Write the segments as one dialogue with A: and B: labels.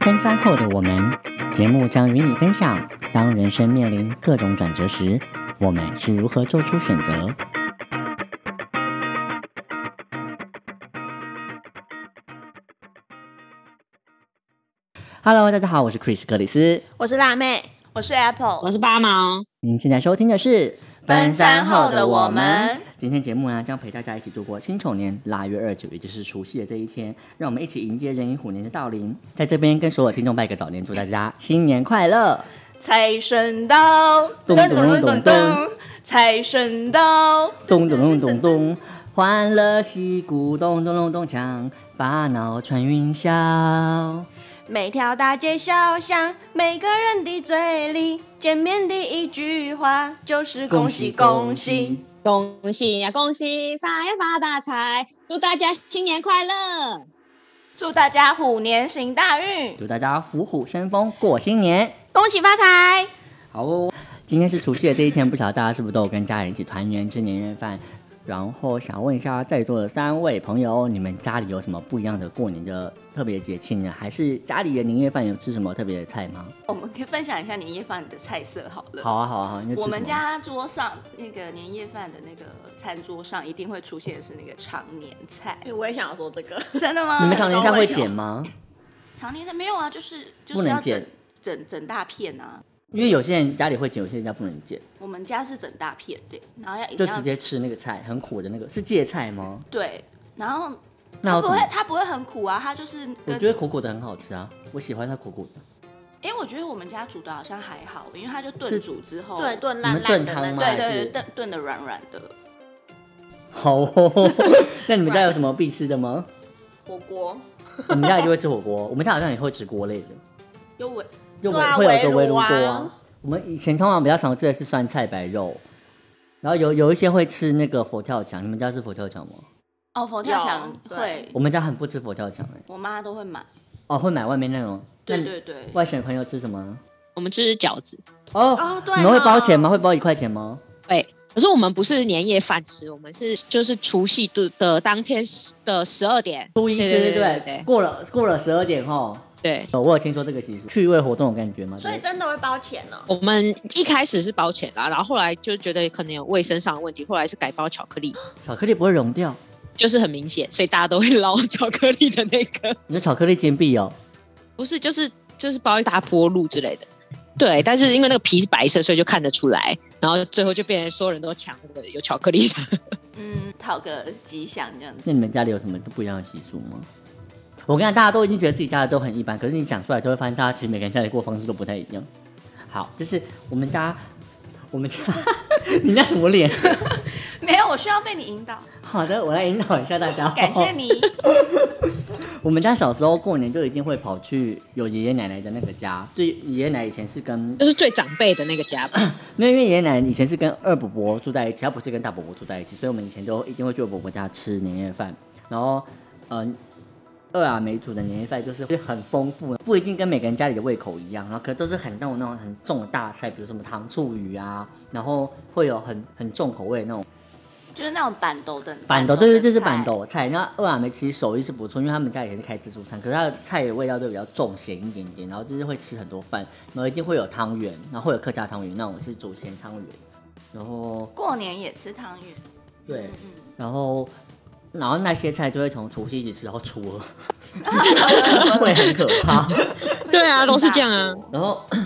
A: 登山后的我们，节目将与你分享，当人生面临各种转折时，我们是如何做出选择。Hello，大家好，我是 Chris 克里斯。
B: 我是辣妹，我是 Apple，
C: 我是八毛，
A: 您现在收听的是《
B: 登山后的我们。
A: 今天节目呢，将陪大家一起度过辛丑年腊月二九，也就是除夕的这一天，让我们一起迎接壬寅虎年的到临。在这边跟所有听众拜个早年，祝大家新年快 乐！
B: 财神到，
A: 咚咚咚咚咚，
B: 财神到，
A: 咚咚咚咚咚，欢乐西鼓咚咚咚咚锵，把脑穿云霄。
B: 每条大街小巷，每个人的嘴里，见面第一句话就是恭喜恭喜。
C: 恭喜呀、恭喜发呀发大财，祝大家新年快乐！
B: 祝大家虎年行大运，
A: 祝大家虎虎生风过新年！
B: 恭喜发财！
A: 好哦，今天是除夕的这一天，不晓得大家是不是都有跟家人一起团圆吃年夜饭？然后想问一下在座的三位朋友，你们家里有什么不一样的过年的特别节庆呢？还是家里的年夜饭有吃什么特别的菜吗？
D: 我们可以分享一下年夜饭的菜色好了。
A: 好啊，好啊，好啊，你就吃
D: 呃我们
A: 什么
D: 家桌上那个年夜饭的那个餐桌上一定会出现的是那个常年菜，
B: 我也想要说这个，
D: 真的吗？
A: 你们常年菜会剪吗？
D: 常年菜没有啊，就是就
A: 不
D: 是
A: 能
D: 要整
A: 剪
D: 整整大片啊。
A: 因为有些人家里会剪，有些人家不能剪，
D: 我们家是整大片对，然后要一
A: 就
D: 定
A: 直
D: 要
A: 接吃那个菜，很苦的那个，是芥菜吗？
D: 对，然后
A: 那
D: 它
A: 要
D: 不
A: 怎么
D: 会？它不会很苦啊，它就是
A: 我
D: 跟
A: 觉得苦苦的很好吃啊，我喜欢它苦 苦的。
D: 哎，我觉得我们家煮的好像还好，因为它就是炖煮之后，
B: 对，炖
A: 哦你
B: 烂
A: 们
B: 烂
A: 炖
B: 的
A: 汤
B: 那
A: 吗
B: 种。
D: 对
A: 还
D: 对
A: 是
D: 炖炖的软软的，
A: 好哦， 那你们家有什么必吃的吗？
B: 火锅，
A: 我们家也就会吃火锅，我们家好像也会吃锅类的。
D: 又味
A: 就
B: 对啊
A: 会有一个
B: 围
A: 围炉
B: 炉
A: 锅
B: 啊。
A: 我们以前通常比较常吃的是酸菜白肉，然后有有一些会吃那个佛跳墙。你们家是佛跳墙吗？
D: 哦，佛跳
B: 有
D: 墙
B: 对
D: 会，
A: 我们家很不吃佛跳墙哎、
D: 我妈都会买。
A: 哦，会买外面那种。
D: 对
A: 那
D: 对对
A: 你，外省朋友吃什么？
C: 我们吃饺子，
A: 哦，
B: 哦对
A: 你们会包
B: 哦
A: 钱吗？会包一块钱吗？
C: 对，可是我们不是年夜饭吃，我们是就是除夕的的当天的十二点，
A: 初一吃，
C: 对对
A: 不
C: 对对
A: 过了过了十二点后，
C: 对，
A: 哦，我有听说这个习俗，趣味活动的感觉吗？
B: 所以
A: 对
B: 真的会包钱呢、
C: 我们一开始是包钱啦，然后后来就觉得可能有卫生上的问题，后来是改包巧克力，
A: 巧克力不会融掉，
C: 就是很明显，所以大家都会捞 巧克力的那个，
A: 你说巧克力金币哦，
C: 不是就是就是包一大波露之类的，对，但是因为那个皮是白色，所以就看得出来，然后最后就变成所有人都抢那个有巧克力的。
D: 嗯，讨个吉祥这样子。
A: 那你们家里有什么不一样的习俗吗？我跟你讲，大家都已经觉得自己家的都很一般，可是你讲出来就会发现，大家其实每个人家里过方式都不太一样。好，就是我们家，我们家，你那什么脸？
D: 没有，我需要被你引导，
A: 好的，我来引导一下大家。
D: 感谢。你。
A: 哦我们家小时候过年就一定会跑去有爷爷奶奶的那个家，所以爷爷奶奶以前是跟
C: 就是最长辈的那个家吧。
A: 那因为爷爷奶奶以前是跟二伯伯住在一起，他不是跟大伯伯住在一起，所以我们以前都一定会去二伯伯家吃年夜饭。然后，嗯、二阿梅煮的年夜饭就是很丰富，不一定跟每个人家里的胃口一样，然后可都是很那种那种很重的大菜，比如什么糖醋鱼啊，然后会有很很重口味的那种
D: 就是那种板豆的
A: 板豆，对对，
D: 的
A: 就是
D: 菜
A: 板。豆菜。那二阿梅其实手艺是不错，因为他们家以前是开自助餐，可是她的菜的味道都比较重咸一点点，然后就是会吃很多饭，然后一定会有汤圆，然后会有客家汤圆，那种是煮咸汤圆，然后。
D: 过年也吃汤圆，
A: 对
D: 嗯，
A: 然后然后那些菜就会从除夕一直吃到初二， 会很可怕。
C: 对啊，都是这样啊。
A: 然后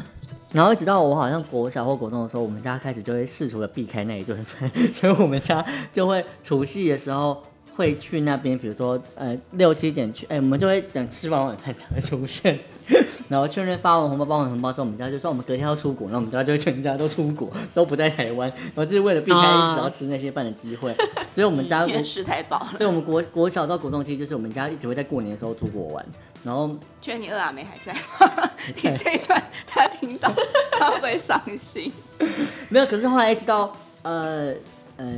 A: 然后一直到我好像国小或国中的时候，我们家开始就会试图的避开那一顿饭， 所以我们家就会除夕的时候。会去那边，比如说，呃，六七点去，哎、我们就会等吃完晚饭才会出现， 然后去那边发完红包、包完红包之后，我们家就说我们隔天要出国，然后我们家就会全家都出国，都不在台湾，然后就是为了避开一直要吃那些饭的机会，所以我们 家
D: 因为吃太饱了。
A: 对，我们国国小到国中期，就是我们家一直会在过年的时候出国玩，然后
D: 缺你二阿啊妹还在 吗？你这一段他听到，他会不会伤心？
A: 没有，可是后来一直到呃呃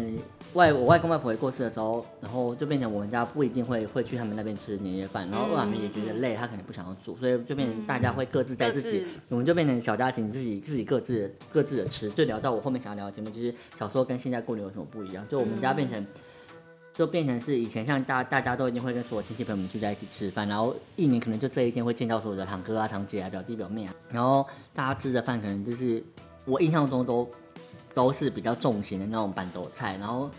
A: 外我外公外婆也过世的时候，然后就变成我们家不一定会会去他们那边吃年夜饭，然后二阿妹也觉得累，她可能不想要煮，所以就变成大家会各自在
D: 各
A: 自己
D: 自，
A: 我们就变成小家庭自己自己各自各自的吃。就聊到我后面想要聊的节目，就是小时候跟现在过年有什么不一样，就我们家变成。就变成是以前像大大家都一定会跟所有亲戚朋友们聚在一起吃饭，然后一年可能就这一天会见到所有的堂哥啊、堂姐啊、表弟表妹啊，然后大家吃的饭可能就是我印象中都都是比较重型的那种板豆菜，然后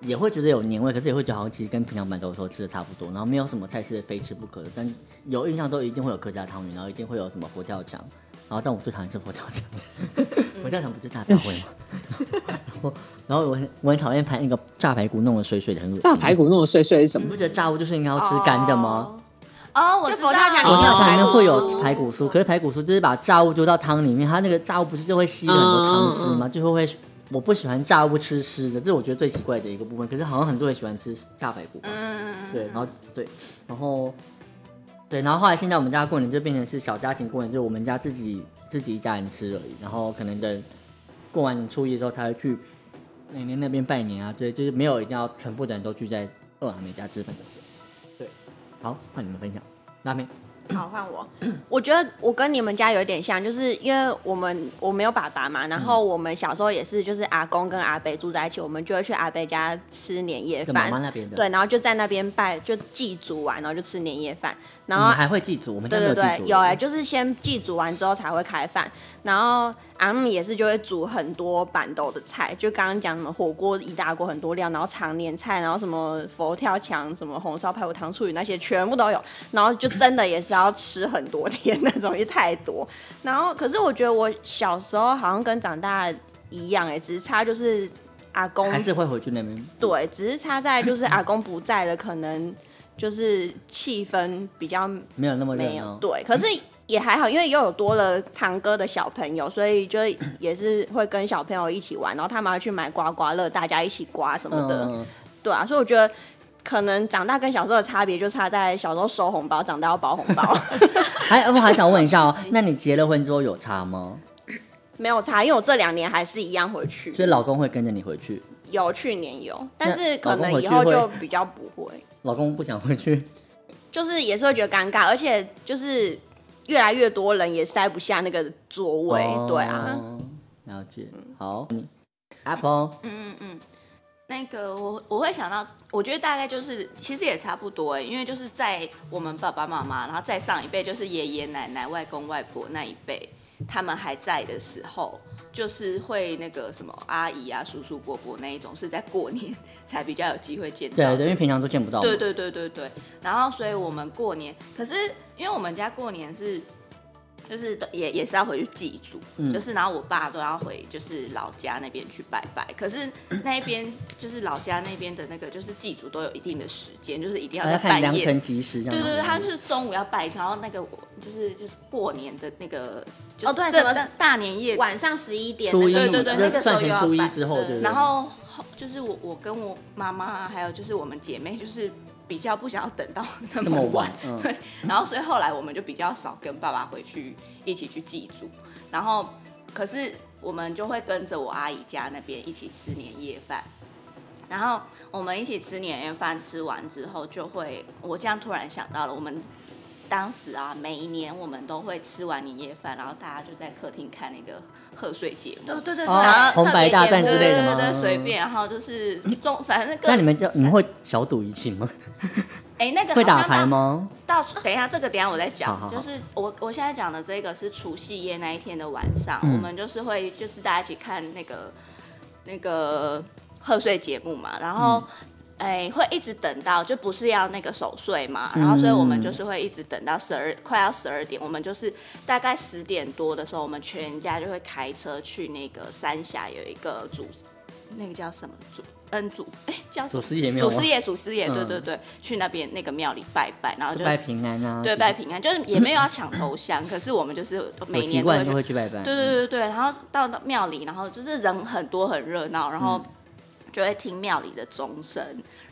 A: 也会觉得有年味，可是也会觉得好像其实跟平常板豆的时候吃的差不多，然后没有什么菜是非吃不可的，但有印象都一定会有客家汤圆，然后一定会有什么佛跳墙，然后但我最讨厌吃佛跳墙， 佛跳墙不是大杂烩吗？然后我很我很讨厌把那个炸排骨弄得水水的，很恶心。
C: 大排骨那种碎碎是什
A: 你
C: 么？
A: 不觉得炸物就是应该要吃干的吗？
D: 哦，我
B: 就
D: 知
B: 佛
D: 道
B: 跳墙
A: 佛
B: 里面有
A: 跳墙里面会
B: 排骨
D: 哦
A: 有
B: 酥
A: 排骨酥，可是排骨酥就是把炸物丢到汤里面，它那个炸物不是就会吸了很多汤汁吗？就会会我不喜欢炸物吃湿的，这是我觉得最奇怪的一个部分。可是好像很多人喜欢吃炸排骨吧，
D: 嗯，
A: 对，然后对，然后对，然后后来现在我们家过年就变成是小家庭过年，就我们家自己自己一家人吃而已。然后可能等过完年初一的时候才会去奶奶那边拜年啊，之类，就是没有一定要全部的人都聚在二阿妹家吃饭的。对，好，换你们分享，拉面。
B: 好，换我。我觉得我跟你们家有点像，就是因为我们我没有爸爸嘛，然后我们小时候也是，就是阿公跟阿伯住在一起，我们就会去阿伯家吃年夜
A: 跟妈
B: 饭
A: 妈，那边的，
B: 对，，然后就在那边拜，就祭祖完，然后就吃年夜饭，然
A: 我
B: 后
A: 们还会祭祖，我们家
B: 对
A: 没有
B: 对
A: 祭
B: 对
A: 祖，，
B: 有
D: 啊
B: 哎、就是先祭祖完之后才会开饭，然后阿姆也是就会煮很多板豆的菜，就刚刚讲什么火锅一大锅很多料，然后常年菜，然后什么佛跳墙、什么红烧排骨糖醋鱼那些全部都有，然后就真的也是要吃很多天那种，也太多。然后可是我觉得我小时候好像跟长大一样哎、只是差就是阿公
A: 还是会回去那边。
B: 对，只是差在就是阿公不在了，可能就是气氛比较
A: 没有那么热
B: 没有
A: 闹，
B: 对，可是也还好，因为又有多了堂哥的小朋友，所以就也是会跟小朋友一起玩，然后他们要去买刮刮乐，大家一起刮什么的，
A: 嗯，
B: 对啊，所以我觉得。可能长大跟小时候的差别就差在小时候收红包，长大要包红 包，
A: 还我还想问一下 哦，那你结了婚之后有差吗？
B: 没有差，因为我这两年还是一样回去，
A: 所以老公会跟着你回去，
B: 有去年有，但
A: 那
B: 是
A: 老
B: 可
A: 公
B: 能
A: 回
B: 以
A: 去
B: 后
A: 会
B: 就比较不会，
A: 老公不想回去，
B: 就是也是会觉得尴尬，而且就是越来越多人也塞不下那个座位，
A: 哦
B: 对啊，，
A: 了解，
D: 嗯
A: 好，Apple，
D: 嗯嗯嗯，那个我我会想到，我觉得大概就是其实也差不多哎，因为就是在我们爸爸妈妈，然后再上一辈就是爷爷奶奶、外公外婆那一辈，他们还在的时候，就是会那个什么阿姨啊、叔叔伯伯那一种，是在过年才比较有机会见到
A: 对
D: 的。
A: 对，因为平常都见不到嘛，
D: 对对对对对。然后，所以我们过年，可是因为我们家过年是，就是都也也是要回去祭祖，
A: 嗯
D: 就是然后我爸都要回就是老家那边去拜拜。可是那一边就是老家那边的那个就是祭祖都有一定的时间，就是一定要
A: 还哎哦
D: 在
A: 要看
D: 半
A: 良
D: 夜。
A: 辰吉时这
D: 对
A: 样，
D: 对对，他就是中午要拜，然后那个我就是就是过年的那个就
B: 哦对
D: 这
B: 什么
D: 这大年夜
B: 晚上十一点那
A: 初
B: 个
A: 一嘛，
D: 对对对那个时
A: 就
D: 候
A: 算
D: 又
A: 成
D: 要
A: 初一
D: 办
A: 之后，对对对
D: 然后后就是我我跟我妈妈啊还有就是我们姐妹就是比较不想要等到那
A: 那
D: 么
A: 么
D: 晚
A: 晚，，嗯，
D: 对，然后所以后来我们就比较少跟爸爸回去一起去祭祖，然后可是我们就会跟着我阿姨家那边一起吃年夜饭，然后我们一起吃年夜饭，吃完之后就会，我这样突然想到了，我们当时啊，每一年我们都会吃完年夜饭，然后大家就在客厅看那个贺岁节目，
B: 对对对对，
A: 哦
B: 然后
A: 红
B: 特
A: 白
B: 别
A: 大
B: 节
A: 战
B: 目
A: 之类的吗
D: 对对对，随便，然后就是中，反正各
A: 那你们就你们会小赌怡情吗？
D: 哎那个
A: 会打
D: 好像
A: 牌
D: 到
A: 吗？
D: 到等一下，这个等一下我再讲。
A: 好好好
D: 就是我我现在讲的这个是除夕夜那一天的晚上，
A: 嗯
D: 我们就是会就是大家一起看那个那个贺岁节目嘛，然后。
A: 嗯
D: 哎，会一直等到就不是要那个守岁嘛，然后所以我
A: 嗯
D: 们就是会一直等到十二、快要十二点，我们就是大概十点多的时候，我们全家就会开车去那个三峡有一个祖，那个叫什么祖恩祖，哎叫什
A: 祖
D: 么
A: 师爷没有
D: 祖
A: 吗
D: 师？爷祖师爷，对
A: 嗯
D: 对对，去那边那个庙里拜拜，然后就
A: 拜平安啊，
D: 对，拜平安，就是也没有要抢头香，可是我们就是每
A: 有习
D: 年都
A: 惯
D: 会
A: 就
D: 去
A: 会去拜拜，
D: 对对对对，然后到到庙里，然后就是人很多很热闹，
A: 嗯
D: 然后就会听庙里的钟声，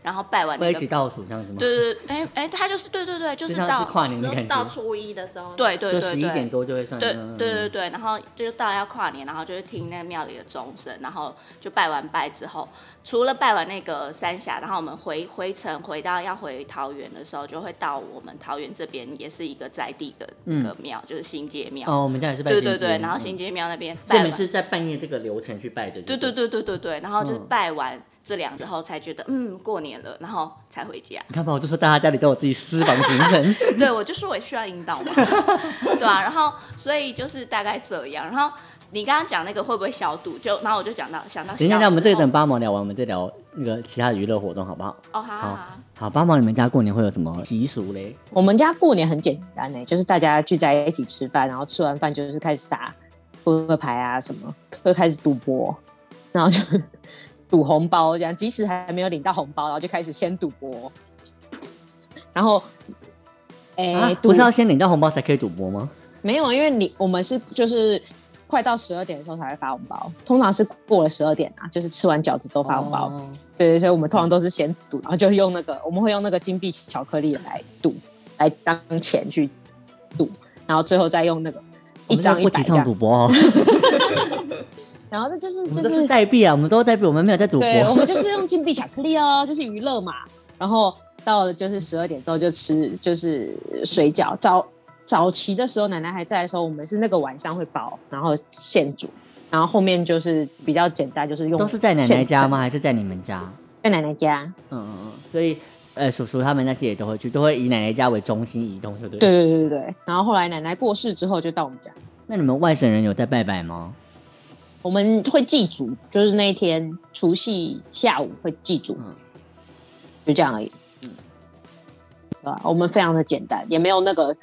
D: 然后拜完
A: 会
D: 那
A: 一
D: 个
A: 起，倒数这样子吗？
D: 对对对，哎哎，他就是对对对，就
A: 就是像是
D: 到
A: 跨年的
B: 就
A: 感
B: 到
A: 觉，
B: 初一的时候，
D: 对对
A: 就
D: 对
A: 十
D: 对
A: 一点多就会算。
D: 对
A: 嗯
D: 对对，对，然后就到要跨年，然后就会听那庙里的钟声，然后就拜完拜之后，除了拜完那个三峡，然后我们回回程回到要回桃园的时候，就会到我们桃园这边也是一个在地的一个庙，就是新界庙。
A: 嗯哦，我们家也是拜
D: 对
A: 金
D: 对
A: 鸡
D: 对，然后
A: 嗯
D: 新街庙那边
A: 所以
D: 拜
A: 每
D: 完，
A: 次在半夜这个流程去拜的，
D: 对对
A: 对
D: 对对对对，然后就是
A: 嗯
D: 拜完这两之后才觉得，嗯，过年了，然后才回家。
A: 你看吧，我就说大家家里都有自己私房行 程，
D: 对，我就说我需要引导嘛，对啊，然后所以就是大概这样。然后你刚刚讲那个会不会消毒，就然后我就讲到想到小
A: 等一
D: 时
A: 下，
D: 候，
A: 那我们这个等八毛聊完，我们再聊那个其他的娱乐活动，好不好？
D: 哦，好好好
A: 好，好，八毛，你们家过年会有什么习俗嘞？
C: 我们家过年很简单呢、就是大家聚在一起吃饭，然后吃完饭就是开始打扑克牌啊什么，就开始赌博，然后就 赌红包这样，即使还没有领到红包，然后就开始先赌博，然后，哎、
A: 啊，
C: 赌
A: 不是要先领到红包才可以赌博吗？
C: 没有，因为你我们是就是快到十二点的时候才会发红包，通常是过了十二点啊，就是吃完饺子之后发红包。
A: 哦
C: 对对，所以我们通常都是先赌，然后就用那个我们会用那个金币巧克力来赌，来当钱去赌，然后最后再用那个
A: 我
C: 一
A: 们这个
C: 张一
A: 不
C: 百
A: 提
C: 这
A: 倡赌
C: 样。
A: 博 哦，
C: 然后那就是
A: 我们
C: 就
A: 都
C: 是
A: 是代币啊，我们都是代币，我们没有在赌
C: 对，我
A: 博。
C: 们就是用金币巧克力哦，就是娱乐嘛。然后到了就是十二点之后就吃就是水饺。早早期的时候，奶奶还在的时候，我们是那个晚上会包，然后现煮。然后后面就是比较简单，就是用
A: 都是在奶奶
C: 现
A: 家
C: 成
A: 吗？？还是在你们家？
C: 在奶奶家。
A: 嗯嗯嗯，所以呃，叔叔他们那些也都会去，都会以奶奶家为中心移动，对不对？。
C: 对对对对对。然后后来奶奶过世之后，就到我们家。
A: 那你们外省人有在拜拜吗？
C: 我们会祭祖，就是那一天除夕下午会祭祖，
A: 嗯
C: 就这样而已。嗯对吧？我们非常的简单，也没有那个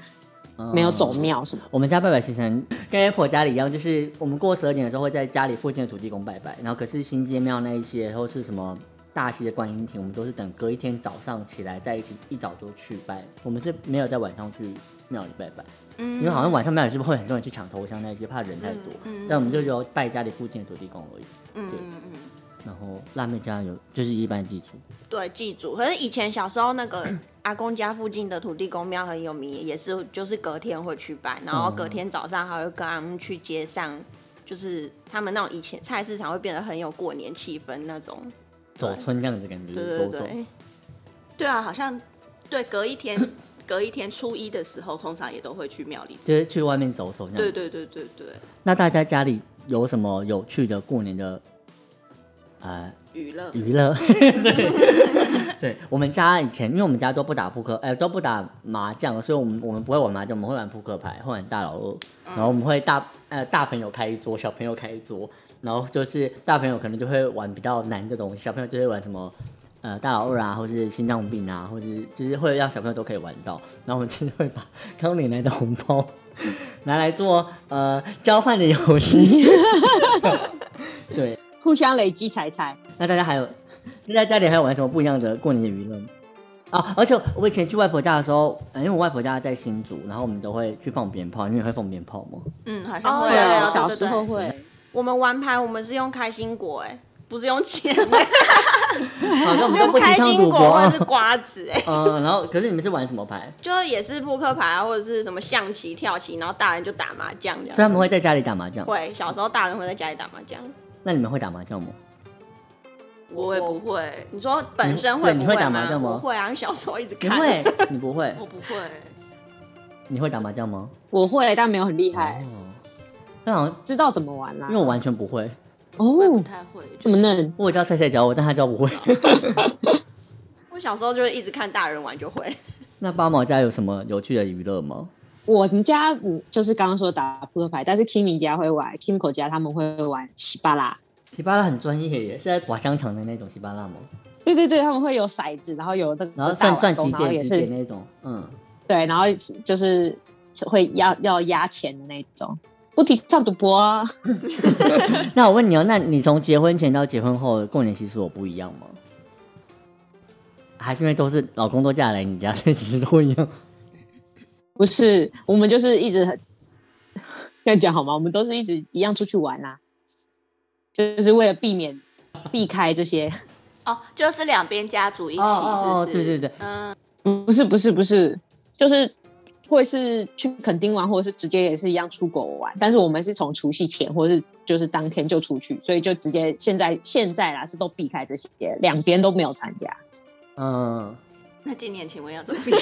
A: 嗯
C: 没有走庙什么。
A: 我们家拜拜行程 跟 Apple 家里一样，就是我们过十二点的时候会在家里附近的土地公拜拜，然后可是新街庙那一些或是什么大溪的观音亭，我们都是等隔一天早上起来再一起一早就去拜，我们是没有在晚上去庙里拜拜，
D: 嗯
A: 因为好像晚上庙里是不是会很多人去抢头香那些，怕人太多，
D: 嗯嗯
A: 但我们就只有拜家里附近的土地公而已。
D: 嗯
A: 对
D: 嗯嗯，
A: 然后辣妹家有就是一般祭祖，
B: 对，祭祖。可是以前小时候那个阿公家附近的土地公庙很有名，也是就是隔天会去拜，然后隔天早上还会跟他们去街上，就是他们那种以前菜市场会变得很有过年气氛那种。
A: 走村这样子感觉，
B: 对对
A: 走走
B: 对，
D: 对啊，好像对，隔一天隔一天初一的时候，通常也都会去庙里。
A: 就是去外面走走这样。
D: 对对对对对，
A: 那大家家里有什么有趣的过年的呃
D: 娱乐
A: 娱乐？ 对，对我们家以前，因为我们家都不打扑克，呃，都不打麻将，所以我们我们不会玩麻将，我们会玩扑克牌，会玩大老二，然后我们会大呃大朋友开一桌，小朋友开一桌，然后就是大朋友可能就会玩比较难的东西，小朋友就会玩什么。呃，大老二啊，或是心脏病啊，或是就是会让小朋友都可以玩到。然后我们就是会把 刚领来的红包 拿来做呃交换的游戏。 对，
C: 互相累积财财。
A: 那大家还有， 那在家里还有玩什么不一样的过年的娱乐吗？啊，而且我以前去外婆家的时候，呃因为我外婆家在新竹，然后我们都会去放鞭炮。你们会放鞭炮吗？
D: 嗯，好像
B: 哦
D: 会
B: 对啊
D: 啊
B: 对
C: 小时候会。
B: 我们玩牌我们是用开心果、哎，不是用钱，
A: 好像我们都
B: 用
A: 不提
B: 开
A: 倡
B: 心
A: 赌
B: 果
A: 博
B: 或
A: 啊
B: 者。是瓜子、哎。
A: 嗯，然后可是你们是玩什么牌？
B: 就是也是扑克牌啊，或者是什么象棋、跳棋，然后大人就打麻将
A: 所
B: 这
A: 以他
B: 样。
A: 们会在家里打麻将。
B: 会，小时候大人会在家里打麻将。
A: 那你们会打麻 将吗？
D: 我也不会，
B: 你说本身会
A: 你
B: 不
A: 你
B: 会
A: 会打麻将吗
B: 我会啊，因为小时候一直
A: 你
B: 看。
A: 会？你不会？
D: 我不会。
A: 你会打麻将吗？
C: 我会，但没有很厉害，
A: 哦，那好像
C: 知道怎么玩啦
A: 因为。我完全不会，
D: 我也不
C: 哦，
D: 太会，
C: 这么嫩，
A: 我有教菜菜教我，但他教不会。
B: 我小时候就是一直看大人玩就会。
A: 那八毛家有什么有趣的娱乐吗？
C: 我们家嗯就是刚刚说打扑克牌，但是 Kimi 家会玩，Kimiko 家他们会玩洗巴拉。
A: 洗巴拉很专业耶，是在刮香肠的那种洗巴拉吗？
C: 对对对，他们会有骰子，然后有那个
A: 然后
C: 大
A: 算
C: 碗
A: 算
C: 公
A: 几
C: 然后也
A: 点几点
C: 是
A: 那种，嗯，
C: 对，然后就是会要要压钱的那种。不提倡赌博啊，
A: 那我问你哦，那你从结婚前到结婚后的过年习俗有不一样吗？还是因为都是老公都嫁来你家，所以其实都一样？
C: 不是，我们就是一直很这样讲好吗？我们都是一直一样出去玩啊，就是为了避免避开这些。
D: 哦，就是两边家族一起，是不是？
A: 哦对对对，
C: 不是不是不是，就是会是去垦丁玩，或者是直接也是一样出国玩。但是我们是从除夕前，或者是就是当天就出去，所以就直接现在现在啦是都避开这些，两边都没有参加。
A: 嗯，
D: 那今年请问要怎么避开？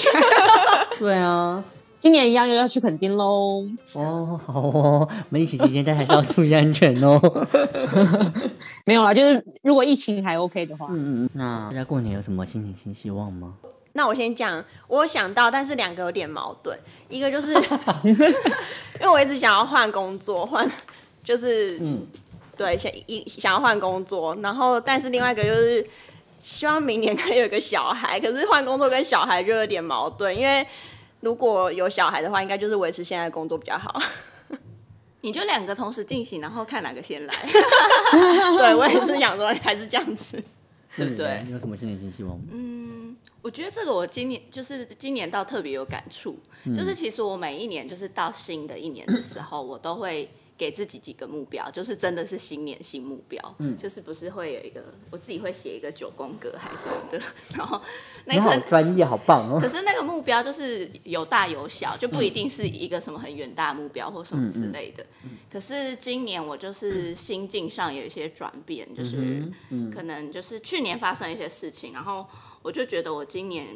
A: 对啊，
C: 今年一样又要去垦丁喽。
A: 哦，好哦，我们一起期间但还是要注意安全 哦。
C: 没有啦，就是如果疫情还 OK 的话，
A: 嗯嗯，那大家过年有什么新年新希望吗？
B: 那我先讲，我有想到，但是两个有点矛盾，一个就是 因为我一直想要换工作，换就是
A: 嗯，
B: 对想一想要换工作，然后但是另外一个就是希望明年可以有个小孩，可是换工作跟小孩就有点矛盾，因为如果有小孩的话，应该就是维持现在的工作比较好。
D: 你就两个同时进行，然后看哪个先来。
B: 对我也是想说还是这样子。
A: 对不
D: 对
A: 你有什么新年新希望吗？
D: 嗯，我觉得这个我今年就是今年到特别有感触，
A: 嗯
D: 就是其实我每一年就是到新的一年的时候，我都会给自己几个目标，就是真的是新年新目标，
A: 嗯
D: 就是不是会有一个我自己会写一个九宫格还是什么的， 然后那
A: 你好
D: 个
A: 专业，好棒哦
D: 可！是那个目标就是有大有小，就不一定是一个什么很远大的目标或什
A: 嗯
D: 么之类的。可是今年我就是心境上有一些转变，就是
A: 嗯嗯
D: 可能就是去年发生一些事情，然后我就觉得我今年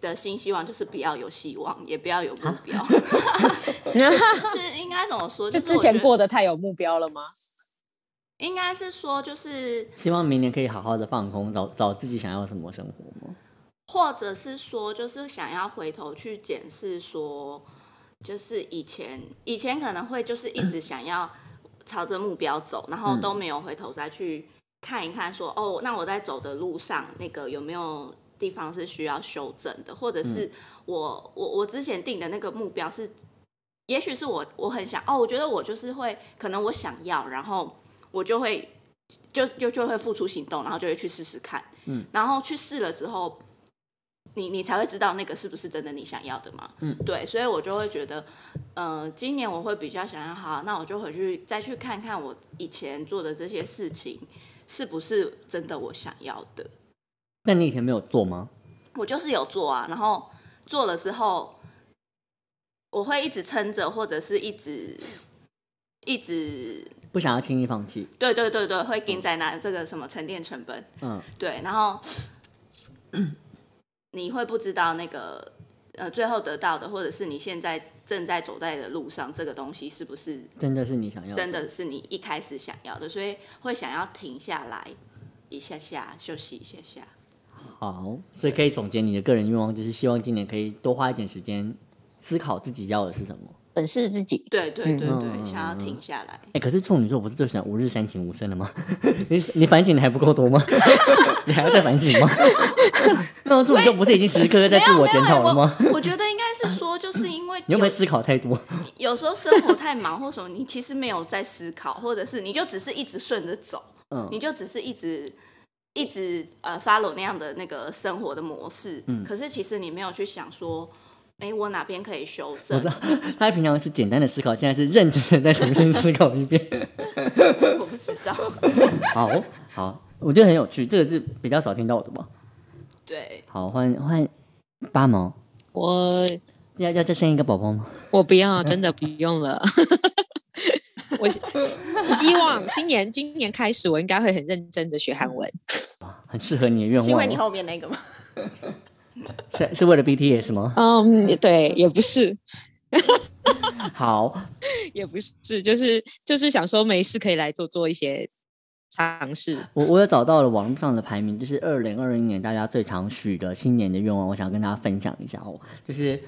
D: 的新希望就是不要有希望，也不要有目 标， 是应该怎么说？
C: 就是之
D: 我觉
C: 前
D: 得
C: 过得太有目标了吗？
D: 应该是说就是
A: 希望明年可以好好的放空，找找自己想要什么生活吗？
D: 或者是说，就是想要回头去检视说，就是以前以前可能会就是一直想要朝着目标走，然后都没有回头再去看一看说，哦，那我在走的路上那个有没有地方是需要修正的，或者是我我我之前定的那个目标是，也许是我我很想哦，我觉得我就是会，可能我想要，然后我就会。就就就会付出行动，然后就会去试试看，
A: 嗯，
D: 然后去试了之后，你你才会知道那个是不是真的你想要的嘛。
A: 嗯，
D: 对，所以我就会觉得，呃，今年我会比较想要，好，那我就回去再去看看我以前做的这些事情是不是真的我想要的。
A: 那你以前没有做吗？
D: 我就是有做啊，然后做了之后，我会一直撑着，或者是一直一直，
A: 不想要轻易放弃。
D: 对对对对，会盯在那这个什么沉淀成本，
A: 嗯，
D: 对，然后你会不知道那个呃最后得到的，或者是你现在正在走在的路上，这个东西是不是
A: 真的是你想要
D: 真的是你一开始想要的，所以会想要停下来一下下休息一下下。
A: 好，所以可以总结你的个人愿望，就是希望今年可以多花一点时间思考自己要的是什么。
C: 粉饰自己，
D: 对对对对，
A: 嗯
D: 想要停下来。
A: 哎、可是处女座不是最喜欢五日三省吾身的吗？ 你你反省的还不够多吗？ 你还要再反省吗？ 那处女座不是已经时时刻刻在自我检讨了吗？
D: 我觉得应该 是说，就是因为
A: 你会不会
D: 有
A: 思考太多？
D: 有时候生活太忙或什么，你其实没有在思考，或者是你就只是一直顺着走，
A: 嗯
D: 你就只是一直一直呃 follow 那样的那个生活的模式，
A: 嗯
D: 可是其实你没有去想说，哎，我哪边可以修
A: 我
D: 正啊
A: 知？道，他平常是简单的思考，现在是认真的再重新思考一遍。
D: 我不知 道。
A: 好好，我觉得很有趣，这个是比较少听到的吧。
D: 对，
A: 好，换换八毛，
C: 我
A: 要要再生一个宝宝吗？
C: 我不要，真的不用了。 我希希望今年今年开始，我应该会很认真的学韩文。
A: 很适合你的愿
B: 是因为
A: 望
B: 你
A: 吗，
B: 后面那个吗？
A: 是是为了 BTS 吗？
C: 嗯，对，也不是，
A: 好，
C: 也不是，就是就是想说没事可以来做做一些尝试。
A: 我我有找到了网络上的排名，就是二零二零年大家最常许的新年的愿望，我想跟大家分享一下哦，就是。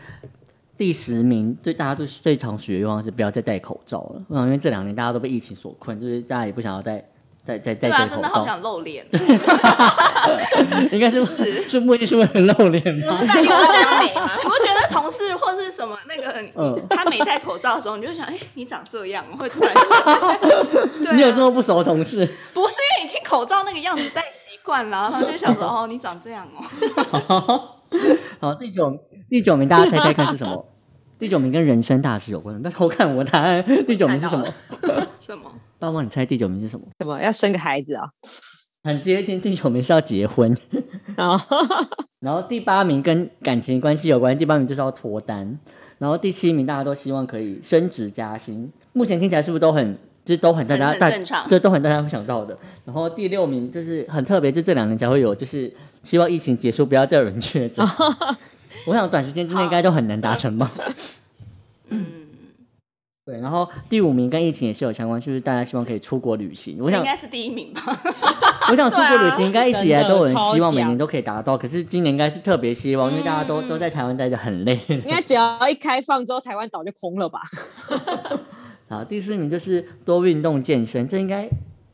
A: 第十名最大家最最常许的愿望是不要再戴口罩了。我想，因为这两年大家都被疫情所困，就是大家也不想要再再再再
D: 对啊，
A: 戴口
D: 真的好
A: 罩，
D: 想 露脸，
A: 应该是是是目的是为了露脸吗？
B: 是在你我讲美吗？
D: 你不觉得同事或是什么那个，
A: 嗯
D: 他没戴口罩的时候，你就想，哎，你长这样，我会突 然觉得，
A: 你有
D: 对
A: 这
D: 啊，
A: 么不熟的同事？
D: 不是因为已经口罩那个样子戴习惯了，然后就想说，哦，你长这样哦，
A: 好，第九第九名，大家猜猜看是什么？第九名跟人生大事有关的， 但偷看我答案，第九名是什么
B: 看？
D: 什么？
A: 爸妈，你猜第九名是什么？
C: 什么要生个孩子啊？
A: 很接近，第九名是要结婚，
C: 啊，
A: 然后第八名跟感情关系有关，第八名就是要脱单，然后第七名大家都希望可以升职加薪，目前听起来是不是都很？就是都很大家
D: 很很
A: 大
D: 正常
A: 这都很大家会想到的。然后第六名就是很特别，就这两年才会有，就是希 望疫情结束，不要再有人确诊。我想短时间之内应该都很难达成吧。
D: 嗯
A: 然后第五名跟疫情也是有相关，就是大家希望可以出国旅行。我
D: 这
A: 想
D: 应，该是第一名吧？
A: 我想出国旅行应该一直以来都有人希
C: 啊真的超
A: 望
C: 想
A: 每年都可以达到，可是今年应该是特别希望，因为大家都
D: 嗯
A: 都在台湾待得很累。
C: 应该只要一开放之后，台湾岛就空了吧？
A: 好，第四名就是多运动健身，这应该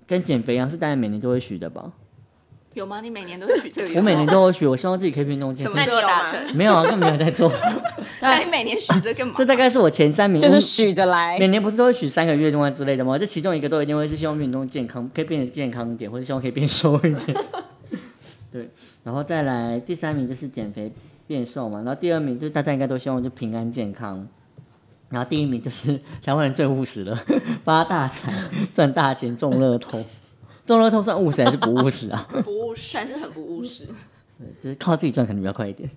A: 跟减肥一样，是大家每年都会许的 吧？
D: 有吗？你每年都会许这个愿
A: 我
D: 望？
A: 每年都会许，我希望自己可以运动健
D: 什
A: 身
D: 么。时候达成？
A: 没有啊，更没有在做。
D: 那你每年许这干嘛？
A: 这大概是我前三名，
C: 就是许着来
A: 每。年不是都会许三个月中啊之类的吗？这其中一个都一定会是希望运动健康，可以变得健康一点，或者希望可以变瘦一点。对，然后再来第三名就是减肥变瘦嘛，然后第二名就是大家应该都希望就平安健康，然后第一名就是台湾人最务实了， 发大财、赚大钱、中乐透。中乐透算务实还是不务实啊？
D: 不务实，算是很不务实。
A: 对，就是靠自己赚可能比较快一点。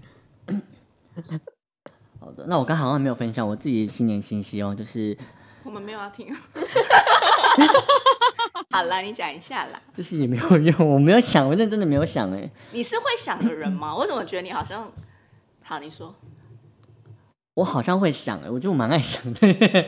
A: 好的，那我刚好像没有分享我自己新年新希望，就是
D: 我们没有要听。 好啦，你讲一下啦。
A: 就是也没有用，我没有想，我认真的没有想哎、
D: 你是会想的人 吗？我怎么觉得你好像……好，你说。
A: 我好像会想哎、我觉得我蛮爱想的，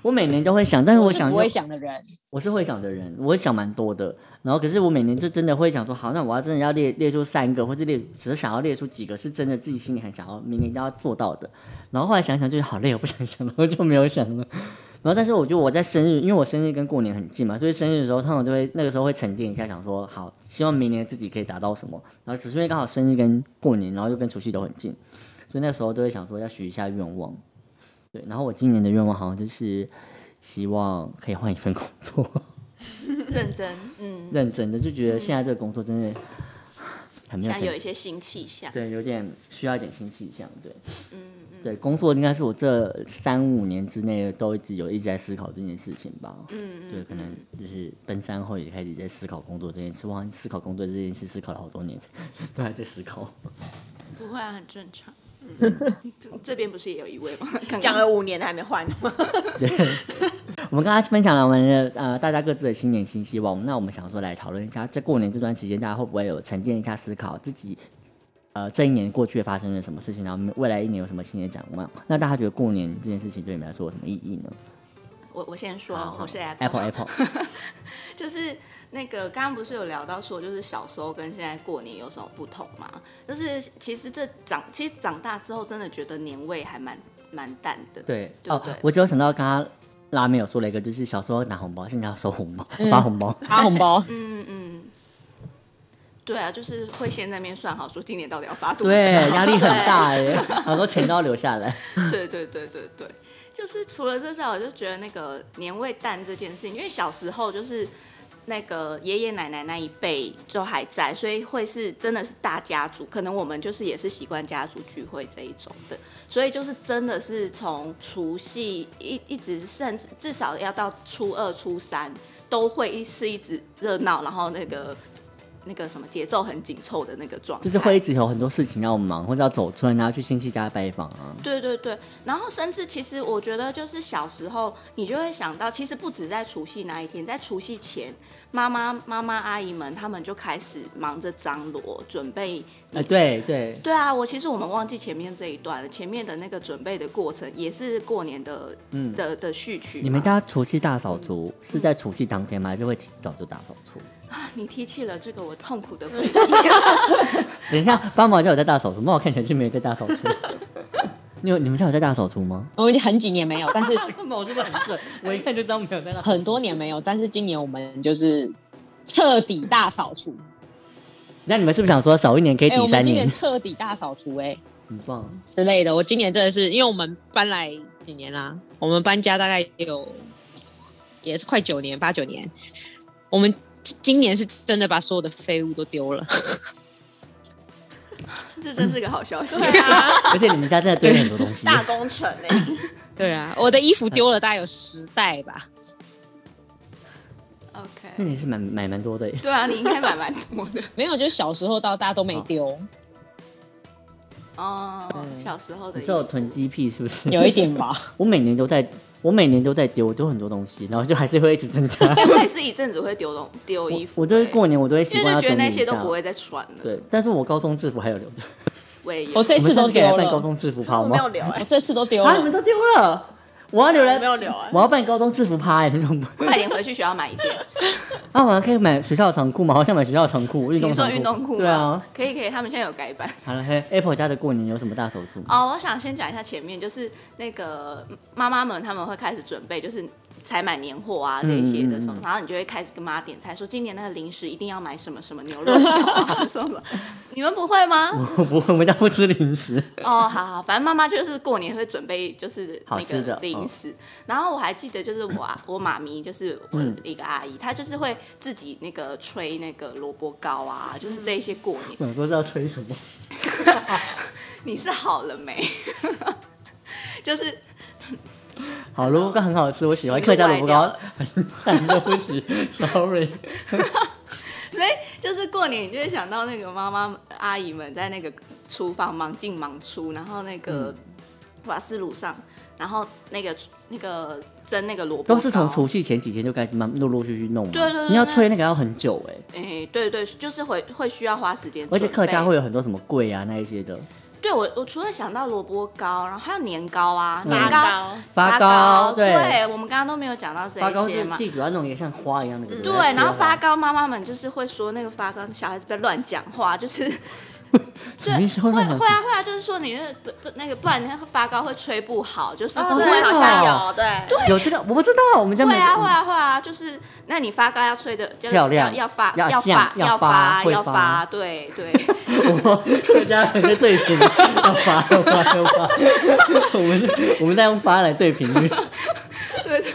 A: 我每年都会想，但是
C: 我
A: 我
C: 是
A: 想
C: 不
A: 就
C: 会想的人，
A: 我是会想的人，我会想蛮多的。然后可是我每年就真的会想说，好，那我要真的要列列出三个，或者列只想要列出几个是真的自己心里很想要，明年一定要做到的。然后后来想想就是好累，我不想想了，我就没有想了。然后但是我觉得我在生日，因为我生日跟过年很近嘛，所以生日的时候通常就会那个时候会沉淀一下，想说好，希望明年自己可以达到什么。然后只是因为刚好生日跟过年，然后又跟除夕都很近，所以那个时候都会想说要许一下愿望。对，然后我今年的愿望好像就是希望可以换一份工作。
D: 认真，嗯，
A: 认真的，就觉得现在这个工作真的很没
D: 现
A: 有
D: 在有
A: 成，
D: 一些新气象，
A: 对，有点需要一点新气象，对，
D: 嗯嗯
A: 对，工作应该是我这三五年之内都一直有一直在思考这件事情吧，
D: 嗯
A: 对，可能就是奔三后也开始在思考工作这件事，我好像思考工作这件事思考了好多年， 都还在思考，
D: 不会啊，很正常。这 这边不是也有一位吗？ 刚刚
B: 讲了五年还 没换吗？
A: 我们刚刚分享了我们的呃大家各自的新年新希望，那我们想说来讨论一下，在过年这段期间，大家会不会有沉淀一下思考自己呃这一年过去发生了什么事情，然后未来一年有什么新的展望？那大家觉得过年这件事情对你们来说有什么意义呢？
D: 我我先
A: 好
D: 说，
A: 好
D: 我是
A: Apple Apple，
D: 就是那个刚刚不是有聊到说，就是小时候跟现在过年有什么不同吗？就是其实这长，其实长大之后真的觉得年味还蛮蛮淡的。
A: 对
D: 对
A: 哦
D: 对，
A: 我只有想到刚刚拉面有说了一个，就是小时候拿红包，现在要收红包发红包，
C: 发 红包
D: 嗯嗯，对啊，就是会先在那边算好，说今年到底要发多少。
A: 对，压力很
D: 对
A: 大耶， 很多钱都要留下来。
D: 对对对对对，就是除了这之外，我就觉得那个年味淡这件事情，因为小时候就是那个爷爷奶奶那一辈就还在，所以会是真的是大家族，可能我们就是也是习惯家族聚会这一种的，所以就是真的是从除夕一一直甚至至少要到初二初三都会是一直热闹，然后那个。那个什么节奏很紧凑的那个状态，
A: 就是会一直有很多事情要忙，或者要走村啊，去亲戚家拜访啊。
D: 对对对，然后甚至其实我觉得，就是小时候你就会想到，其实不止在除夕那一天，在除夕前，妈妈、妈妈、阿姨们他们就开始忙着张罗准备。
A: 哎，对对，
D: 对啊，我其实我们忘记前面这一段了，前面的那个准备的过程也是过年的、
A: 嗯
D: 的的序曲嘛。
A: 你们家除夕大扫除是在除夕当天吗？还是会提早就大扫除？
D: 啊， 你提起了这个我痛苦的回 忆。
A: 等一下，八毛家有在大扫除吗？我看起来是没有在大扫除。你有你们家有在大扫除吗？
C: 我已经很几年没有，但是
A: 八毛真的很准，我一看就知道没有在大。
C: 很多年没有，但是今年我们就是彻底大扫除。
A: 那你们是不是想说少一年可以
C: 哎、我
A: 抵
C: 们
A: 三
C: 今年
A: 年？
C: 彻底大扫除、哎
A: 很棒，
C: 之类的。我今年真的是，因为我们搬来几年啦，我们搬家大概也有也是快九年八九年，我们今年是真的把所有的废物都丢了。
D: 这真是个好消息。
A: 而且你们家真的堆了很多东西。
B: 大工程哎、
C: 对啊，我的衣服丢了大概有十袋吧。
A: 那
D: OK，
A: 你是买买蛮多的耶。
D: 对啊，你应该买蛮多的。
C: 没有，就是小时候到大家都没丢，
D: 哦，小时候的
A: 你
D: 意
A: 是有囤积癖是不是？
C: 有一点吧。
A: 我每年都在，我每年都在丢，我丢很多东西，然后就还是会一直增加。
D: 我也是一阵子会丢东丢衣服、
A: 我就是过年我都会习
D: 因
A: 惯
D: 为
A: 要
D: 就
A: 整
D: 觉
A: 理
D: 得
A: 一下。
D: 那些都不会再穿了。，
A: 对，但是我高中制服还有留着。
D: 我也有
C: 我这
A: 我们
C: 次
A: 下
C: 都
A: 次给来
C: 丢
A: 办高
C: 了，
A: 中制服趴好
B: 我
A: 吗
B: 没？有留哎、
C: 我这次都丢
A: 啊，你们
C: 了。
A: 都丢了？我要留
B: 我
A: 来
B: 没，有留哎、
A: 我要办高中制服趴哎、那种。
D: 快点回去学校买一 件。
A: 啊，我还可以买学校的长裤吗？好想买学校的长裤，运动
D: 你
A: 长
D: 说
A: 裤。
D: 运动裤吗？
A: 对啊。，
D: 可以可以，他们现在有改版。
A: 好了嘿，Apple 家的过年有什么大手术？
D: 哦，我想先讲一下前面，就是那个妈妈们他们会开始准备，就是采买年货啊这一些的时候，
A: 嗯嗯嗯
D: 然后你就会开始跟妈点菜，说今年那个零食一定要买什么什么牛肉烧 啊什么什么，你们不会吗？
A: 我不，我们家不吃零食。
D: 哦，好好，反正妈妈就是过年会准备就是
A: 好
D: 那
A: 吃的嗯
D: 个零食，然后我还记得就是我啊我妈咪就是我
A: 嗯
D: 一个阿姨，她就是会自己那个吹那个萝卜糕啊，就是这一些过年。
A: 我说是要吹什么？
D: 你是好了没？ 就是
A: 好，萝卜糕很好吃，我喜欢客家萝卜糕，很惨，对不起，sorry。
D: 所以就是过年，你就会想到那个妈妈阿姨们在那个厨房忙进忙出，然后那
A: 嗯
D: 个瓦斯炉上，然后那个那个蒸那个萝卜糕，
A: 都是从除夕前几天就开始慢陆陆续续弄嘛。
D: 对对对
A: 你要吹那个要很久哎、
D: 诶、对对，就是会会需要花时间准备，
A: 而且客家会有很多什么桂啊那一些的，
D: 对我我除了想到萝卜糕，然后还有年糕啊，
A: 嗯
D: 年糕
B: 糕，
A: 发
D: 糕，
A: 糕对
D: 我们刚刚都没有讲到这
A: 发糕
D: 一
A: 是
D: 些嘛
A: 自。己主要弄一个像花一样的给人家
D: 对
A: 吃的，
D: 然后发糕，妈妈们就是会说那个发糕，小孩子在乱讲话，就是
A: 什么意思？会
D: 会
A: 乱讲
D: 会啊会啊，就是说你那不不那个，不然那个发糕会吹不好，就是
B: 哦
D: 不
A: 对
D: 会
A: 真的
D: 好
A: 哦
D: 像有。
B: 有对，
A: 有这个我不知道，我们家没
D: 会
A: 有
D: 啊会啊会啊，就是那你发糕要吹的，就是
A: 嗯漂亮
D: 要要发
A: 要
D: 要
A: 酱
D: 发
A: 要
D: 要
A: 发
D: 发
A: 会
D: 要
A: 发
D: 发，对 对，
A: 我客家人在对平，要发要发要发，我们我们在用发来对平率。
D: 对对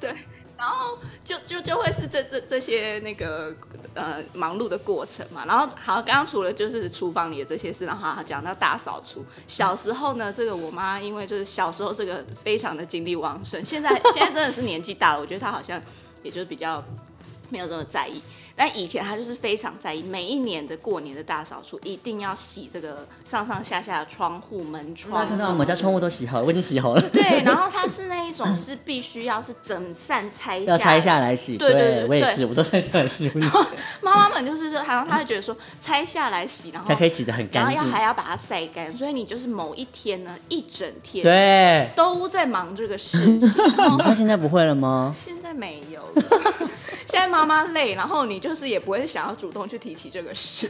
D: 对，然后就就就会是这这这些那个呃忙碌的过程嘛。然后好，刚刚除了就是厨房里的这些事，然后还讲到大扫除。小时候呢，这个我妈因为就是小时候这个非常的精力旺盛，现在现在真的是年纪大了，我觉得她好像也就是比较。没有这么在意，但以前她就是非常在意，每一年的过年的大扫除一定要洗这个上上下下的窗户、门
A: 大家
D: 窗。
A: 看到我们家窗户都洗好了，我已经洗 好了，
D: 对，然后它是那一种是必须要是整扇拆下，
A: 嗯要拆下。来洗。
D: 对对对对
A: 我也是，我都拆下来洗，
D: 妈妈们就是说，然后她会觉得说拆下来洗，然后
A: 才可以洗得很
D: 然
A: 干
D: 后要还
A: 净。
D: 要把它晒干，所以你就是某一天呢，一整天
A: 对，
D: 都在忙这个事情。 然
A: 你们
D: 后
A: 家现在不会了吗？
D: 现在没有了， 现在妈妈累，然后你就是也不会想要主动去提起这个事。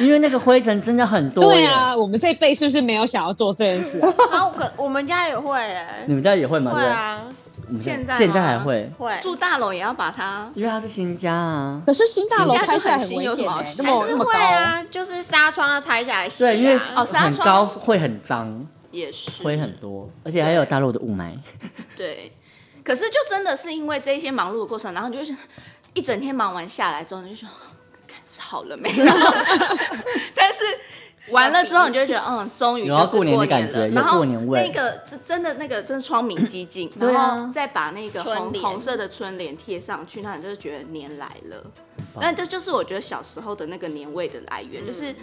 A: 因为那个灰尘真的很多。
C: 对，啊，我们这一辈是不是没有想要做这件事啊？
B: 然后可我们家也会哎、
A: 你们家也会吗？
B: 会啊，
A: 对不对，
D: 现在吗
A: 现在还会，
B: 会
D: 住大楼也要把它
A: 因为它是新家啊。
C: 可是新大楼
D: 人家
C: 拆
D: 就
C: 下来
D: 很
C: 很
D: 新
C: 危
D: 有什
C: 险
D: 么好
C: 欸
D: 洗
C: 那么
D: 还
B: 是
C: 那么
B: 会
C: 高，
B: 啊，就是纱窗要拆下来洗、啊，
A: 对，因为
D: 哦纱
A: 很
D: 窗嗯
A: 高会很脏，
D: 也是
A: 灰很多，而且还有大陆的雾霾。
D: 对，可是就真的是因为这一些忙碌的过程，然后你就会想，一整天忙完下来之后，你就说，看是好了没？ 然后但是完了之后，你就会觉得，嗯，终于
A: 有
D: 就
A: 要
D: 是
A: 过年的
D: 了。
A: 感觉有
D: 然后
A: 过年味
D: 那个真真的那个真的窗明几净，
A: 对啊
D: 然后再把那个
B: 春
D: 红
B: 联
D: 红色的春联贴上去，那你就觉得年来了。但这就是我觉得小时候的那个年味的来源，
B: 嗯
D: 就是。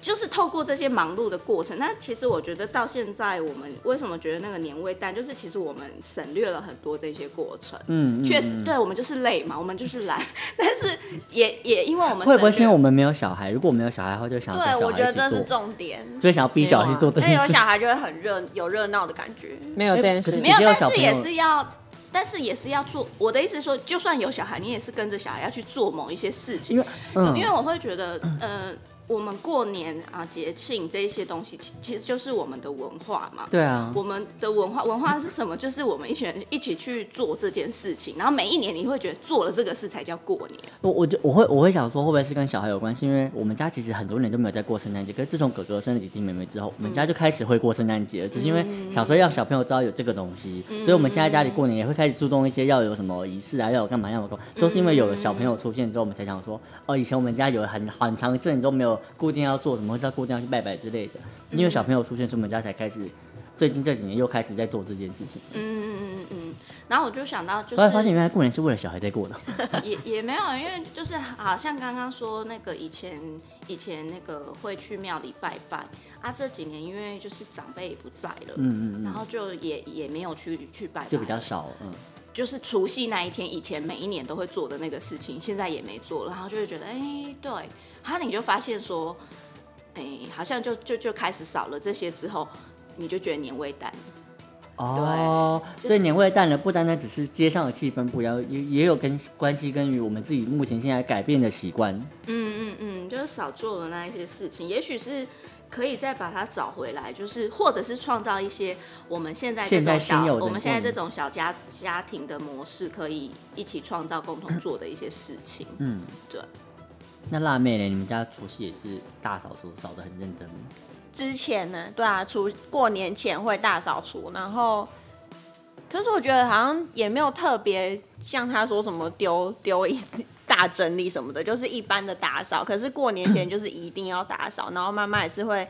D: 就是透过这些忙碌的过程，那其实我觉得到现在，我们为什么觉得那个年味淡，就是其实我们省略了很多这些过程。
A: 嗯，嗯
D: 确实，
A: 嗯
D: 对我们就是累嘛，我们就是 懒，但是也也因为我们
A: 会不会
D: 省
A: 是因
D: 略
A: 为我们没有小孩？如果我们有小孩的话，就想要
B: 啊对，
A: 跟小
B: 我
A: 孩
B: 觉得
A: 一
B: 这
A: 起
B: 是
A: 做，
B: 重点。
A: 所以想要逼小孩去做这
B: 因为
A: 件
B: 有
A: 事。
B: 小孩就会很热，有热闹的感觉。
C: 没有这件事
A: 可是
C: 情
D: 没有，
A: 直接有小
D: 但是
A: 朋
D: 也
A: 友
D: 是要，但是也是要做。我的意思是说，就算有小孩，你也是跟着小孩要去做某一些事情，
A: 因 为嗯
D: 因为我会觉得，呃，我们过年啊、节庆这一些东西，其其实就是我们的文化嘛。
A: 对啊，
D: 我们的文化文化是什么？就是我们一群人一起去做这件事情，然后每一年你会觉得做了这个事才叫过年。
A: 我我就我会我会想说，会不会是跟小孩有关系？因为我们家其实很多年都没有在过圣诞节，可是自从哥哥生了弟弟妹妹之后，我
D: 嗯
A: 们家就开始会过圣诞节了，只是因为想说要小朋友知道有这个东西，所以我们现在家里过年也会开始注重一些要有什么仪式啊，要有干嘛要有干嘛，都是因为有了小朋
D: 嗯
A: 友出现之后，我们才想说，哦，以前我们家有很很长一阵子都没有固定要做什么，或是要固定要去拜拜之类的，因为小朋友出现，所以我们家才开始。最近这几年又开始在做这件事情，
D: 嗯嗯嗯嗯嗯。然后我就想到，就是
A: 后来发现原来过年是为了小孩在过的。
D: 也也没有，啊因为就是好像刚刚说那个以前以前那个会去庙里拜拜啊，这几年因为就是长辈也不在了，
A: 嗯嗯嗯
D: 然后就也也没有去去拜拜，
A: 就比较少，嗯，
D: 就是除夕那一天，以前每一年都会做的那个事情，现在也没做了，然后就会觉得，哎、对，然后你就发现说，哎、好像就就就开始少了这些之后，你就觉得年味淡了。
A: 哦，
D: 就是
A: 所以年味淡了，不单单只是街上的气氛不一样，也也有跟关系跟于我们自己目前现在改变的习惯。
D: 嗯嗯嗯，就是少做了那一些事情，也许是可以再把它找回来，就是或者是创造一些我们现在这
A: 现在
D: 种
A: 新
D: 小
A: 有的
D: 我们现在
A: 嗯
D: 这种小家家庭的模式，可以一起创造共同做的一些事情。
A: 嗯，
D: 对。
A: 那辣妹呢？你们家除夕也是大扫除，扫得很认真吗。
B: 之前呢，对啊，除过年前会大扫除，然后，可是我觉得好像也没有特别像他说什么丢丢一大整理什么的，就是一般的打扫。可是过 年前就是一定要打扫，然后妈妈也是会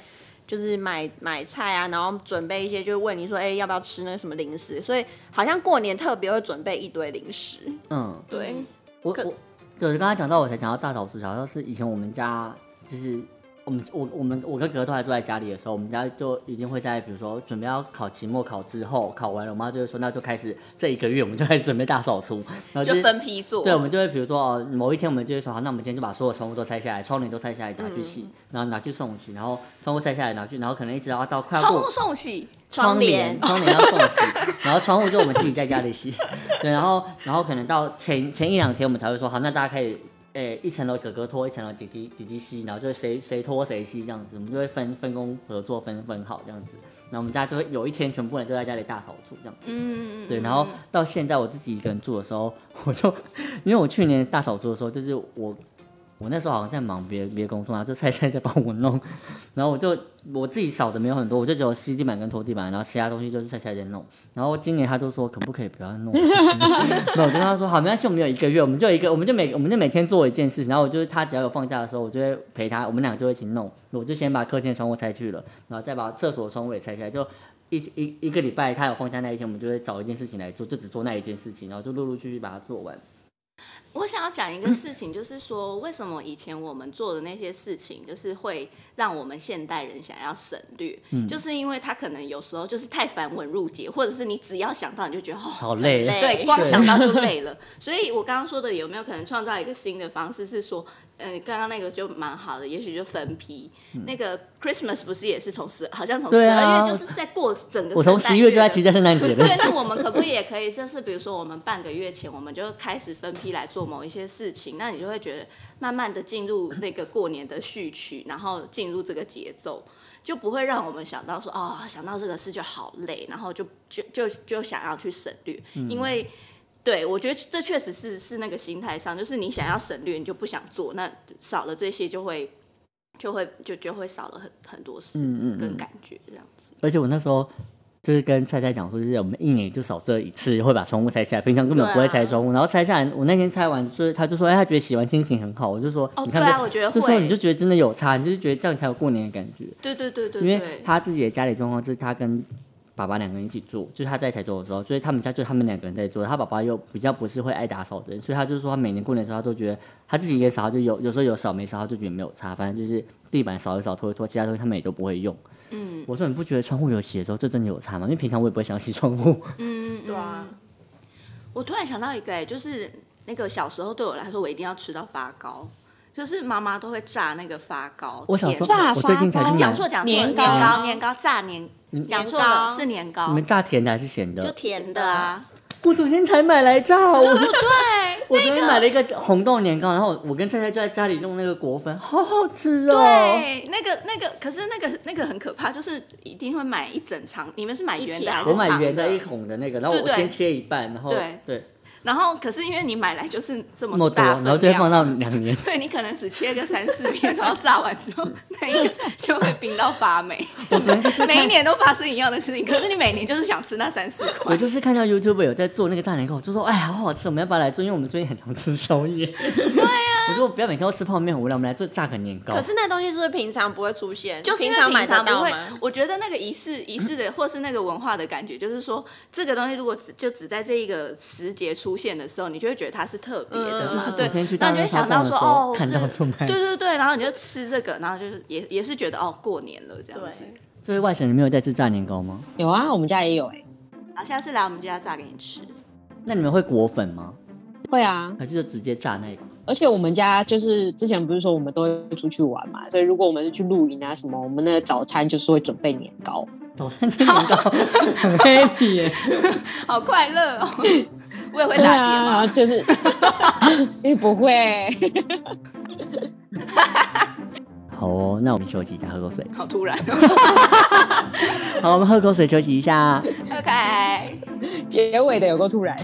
B: 就是买买菜啊，然后准备一些，就问你说，哎、要不要吃那个什么零食？所以好像过年特别会准备一堆零食，
A: 嗯，
B: 对。
A: 我
B: 可
A: 我就是刚才讲到，我才讲到大扫除，想到是以前我们家就是我们我我们我跟格都还住在家里的时候，我们家就一定会在比如说准备要考期末考之后，考完了，我妈就会说那就开始这一个月我们就开始准备大扫除，然后
D: 就是分批做，
A: 对，我们就会比如说哦，某一天我们就会说好，那我们今天就把所有窗户都拆下来，窗帘都拆下来拿去洗，然后拿去送洗，然后窗户拆下来拿去，然后可能一直要到快要
D: 窗
A: 过
D: 户送洗，
A: 窗
B: 窗
A: 帘
B: 帘，嗯
A: 窗帘要送洗，然后窗户就我们自己在家里洗， 对，然后然后可能到前前一两天我们才会说好，那大家可以，诶、一层楼哥哥拖，一层楼姐姐姐姐吸，然后就谁谁拖谁吸这样子，我们就会分分工合作，分分好这样子，然后我们家就会有一天全部人都在家里大扫除这样子，
D: 嗯，嗯嗯
A: 对，然后到现在我自己一个人住的时候， 我就因为我去年大扫除的时候，就是我我那时候好像在忙别别的工作，然后就菜菜在帮我弄，然后我就我自己扫的没有很多，我就只有吸地板跟拖地板，然后其他东西就是菜菜在弄。然后今年他就说可不可以不要弄， 那我就跟他说好，没关系，我们有一个月，我们就一个，我们就每我们就每天做一件事，然后我就是他只要有放假的时候，我就会陪他，我们俩就会一起弄，我就先把客厅的窗户拆去了，然后再把厕所的窗户也拆下来，就一一一个礼拜他有放假那一天，我们就会找一件事情来做，就只做那一件事情，然后就陆陆续续把它做完。
D: 我想要讲一个事情，就是说，为什么以前我们做的那些事情，就是会让我们现代人想要省略，
A: 嗯
D: 就是因为它可能有时候就是太繁文缛节，或者是你只要想到你就觉得 哦，
A: 好累，
B: 累
D: 对，光想到就累 了。所以我刚刚说的有没有可能创造一个新的方式，是说，嗯、刚刚那个就蛮好的，也许就分批。那个 Christmas 不是也是从十，好像从
A: 嗯对
D: 十
A: 啊
D: 二月就是在过整个
A: 我从
D: 圣诞
A: 十一月就在
D: 的
A: 期待圣诞节了。
D: 对，那我们可不可以也可以，就是比如说我们半个月前，我们就开始分批来做某一些事情，那你就会觉得慢慢的进入那个过年的序曲，然后进入这个节奏，就不会让我们想到说哦，想到这个事就好累，然后就就就就想要去省略，
A: 嗯
D: 因为。对，我觉得这确实是是那个心态上，就是你想要省略，你就不想做，那少了这些就会就会就就会少了很很多事
A: 嗯嗯嗯
D: 跟感觉这样子。
A: 而且我那时候就是跟菜菜讲说，就是我们一年就扫这一次，会把窗户拆下来，平常根本不
D: 啊
A: 会拆窗户。然后拆下来，我那天拆完，就是他就说，哎、他觉得洗完心情很好。我就说，
D: 哦
A: 你看
D: 对啊
A: 这
D: 我觉得
A: 这时候
D: 会
A: 你就觉得真的有差，你就是觉得这样才有过年的感觉。
D: 对对对对
A: 因
D: 对，
A: 为他自己的家里状况是他跟爸爸两个人一起住，就是他在台中的时候，所以他们家就他们两个人在做。他爸爸又比较不是会爱打扫的人，所以他就说他每年过年的时候，他都觉得他自己也扫，他就有有时候有扫没扫，他就觉得没有差，反正就是地板扫一扫，拖一拖，其他东西他们也都不会用。嗯，我说你不觉得窗户有洗的时候，这真的有差吗？因为平常我也不会想洗窗户。
D: 嗯
B: 对啊，
D: 我突然想到一个、欸，就是那个小时候对我来说，我一定要吃到发糕，就是妈妈都会炸那个发糕。
A: 我小时
D: 甜
A: 候
C: 炸
A: 我最近
C: 发
A: 才
C: 糕
A: 去
D: 啊
A: 买，
D: 讲错讲错，年糕
C: 年糕
D: 年糕炸年，讲错
B: 年
D: 了
B: 糕
D: 是年
A: 嗯你
D: 糕
A: 们，炸甜的还是咸
D: 就
A: 的？
D: 甜的啊。
A: 我昨天才买来炸，我
D: 对 不对，
A: 我昨天买了一个红豆年糕，然后我跟菜菜就在家里弄那个果粉，好好吃哦。
D: 对，那个那个，可是那个那个很可怕，就是一定会买一整长。你们是买圆
B: 一
D: 的
B: 条
D: 还是
A: 我
D: 长
A: 买圆的一孔的那个，然后
D: 对
A: 我
D: 对
A: 先切一半，然后
D: 对
A: 对，
D: 然后可是因为你买来就是这
A: 那么
D: 么
A: 多，
D: 大
A: 然
D: 份
A: 后就会
D: 量
A: 放到两 年。
D: 对你可能只切个三四片，然后炸完之后，那一个就会冰到发霉。 每一年都发生一样的事情，可是你每年就是想吃那三四
A: 我
D: 块。
A: 就是看到 YouTube 有在做那个大年糕，我就说哎，好好吃，我们要不要来做？因为我们最近很常吃宵夜。对
D: 啊
A: 呀、我说我不要每天都吃泡面，很无聊，我们来做炸个年糕
B: 可。是那东西是不是平常不会出现？
D: 哦就是因
B: 平
D: 为
B: 常买
D: 平
B: 得
D: 常不
B: 到
D: 会
B: 吗，？
D: 我觉得那个仪式、仪式的，或是那个文化的感觉，就是说，这个东西如果只就只在这一个时节出现的时候，你就会觉得它是特别的
B: 嗯
D: 嘛，
B: 就是
A: 昨天去
D: 对。
A: 大
D: 那
A: 润发
D: 你就会想
A: 逛
D: 到
A: 的时
D: 说，
A: 候，
D: 哦，
A: 看到就买
D: 这。对对对，然后你就吃这个，然后就是也也是觉得哦，过年了这样子。
B: 对
A: 所以外省人没有在吃炸年糕吗？
C: 有啊，我们家也有哎、
D: 好，下次来我们家炸给你吃。
A: 那你们会裹粉吗？
C: 会啊，
A: 还是就直接炸那一个？
C: 而且我们家就是之前不是说我们都会出去玩嘛，所以如果我们是去露营啊什么，我们那个早餐就是会准备年糕，
A: 抖三千年 糕很 happy 耶、
D: 好快乐哦！我也会
C: 对
D: 打结吗？
C: 啊，就是 你不会，
A: 好哦，那我们休息一下，喝口水。
D: 好突然哦。
A: 好，我们喝口水休息一下。
D: OK，
C: 结尾的有够突然。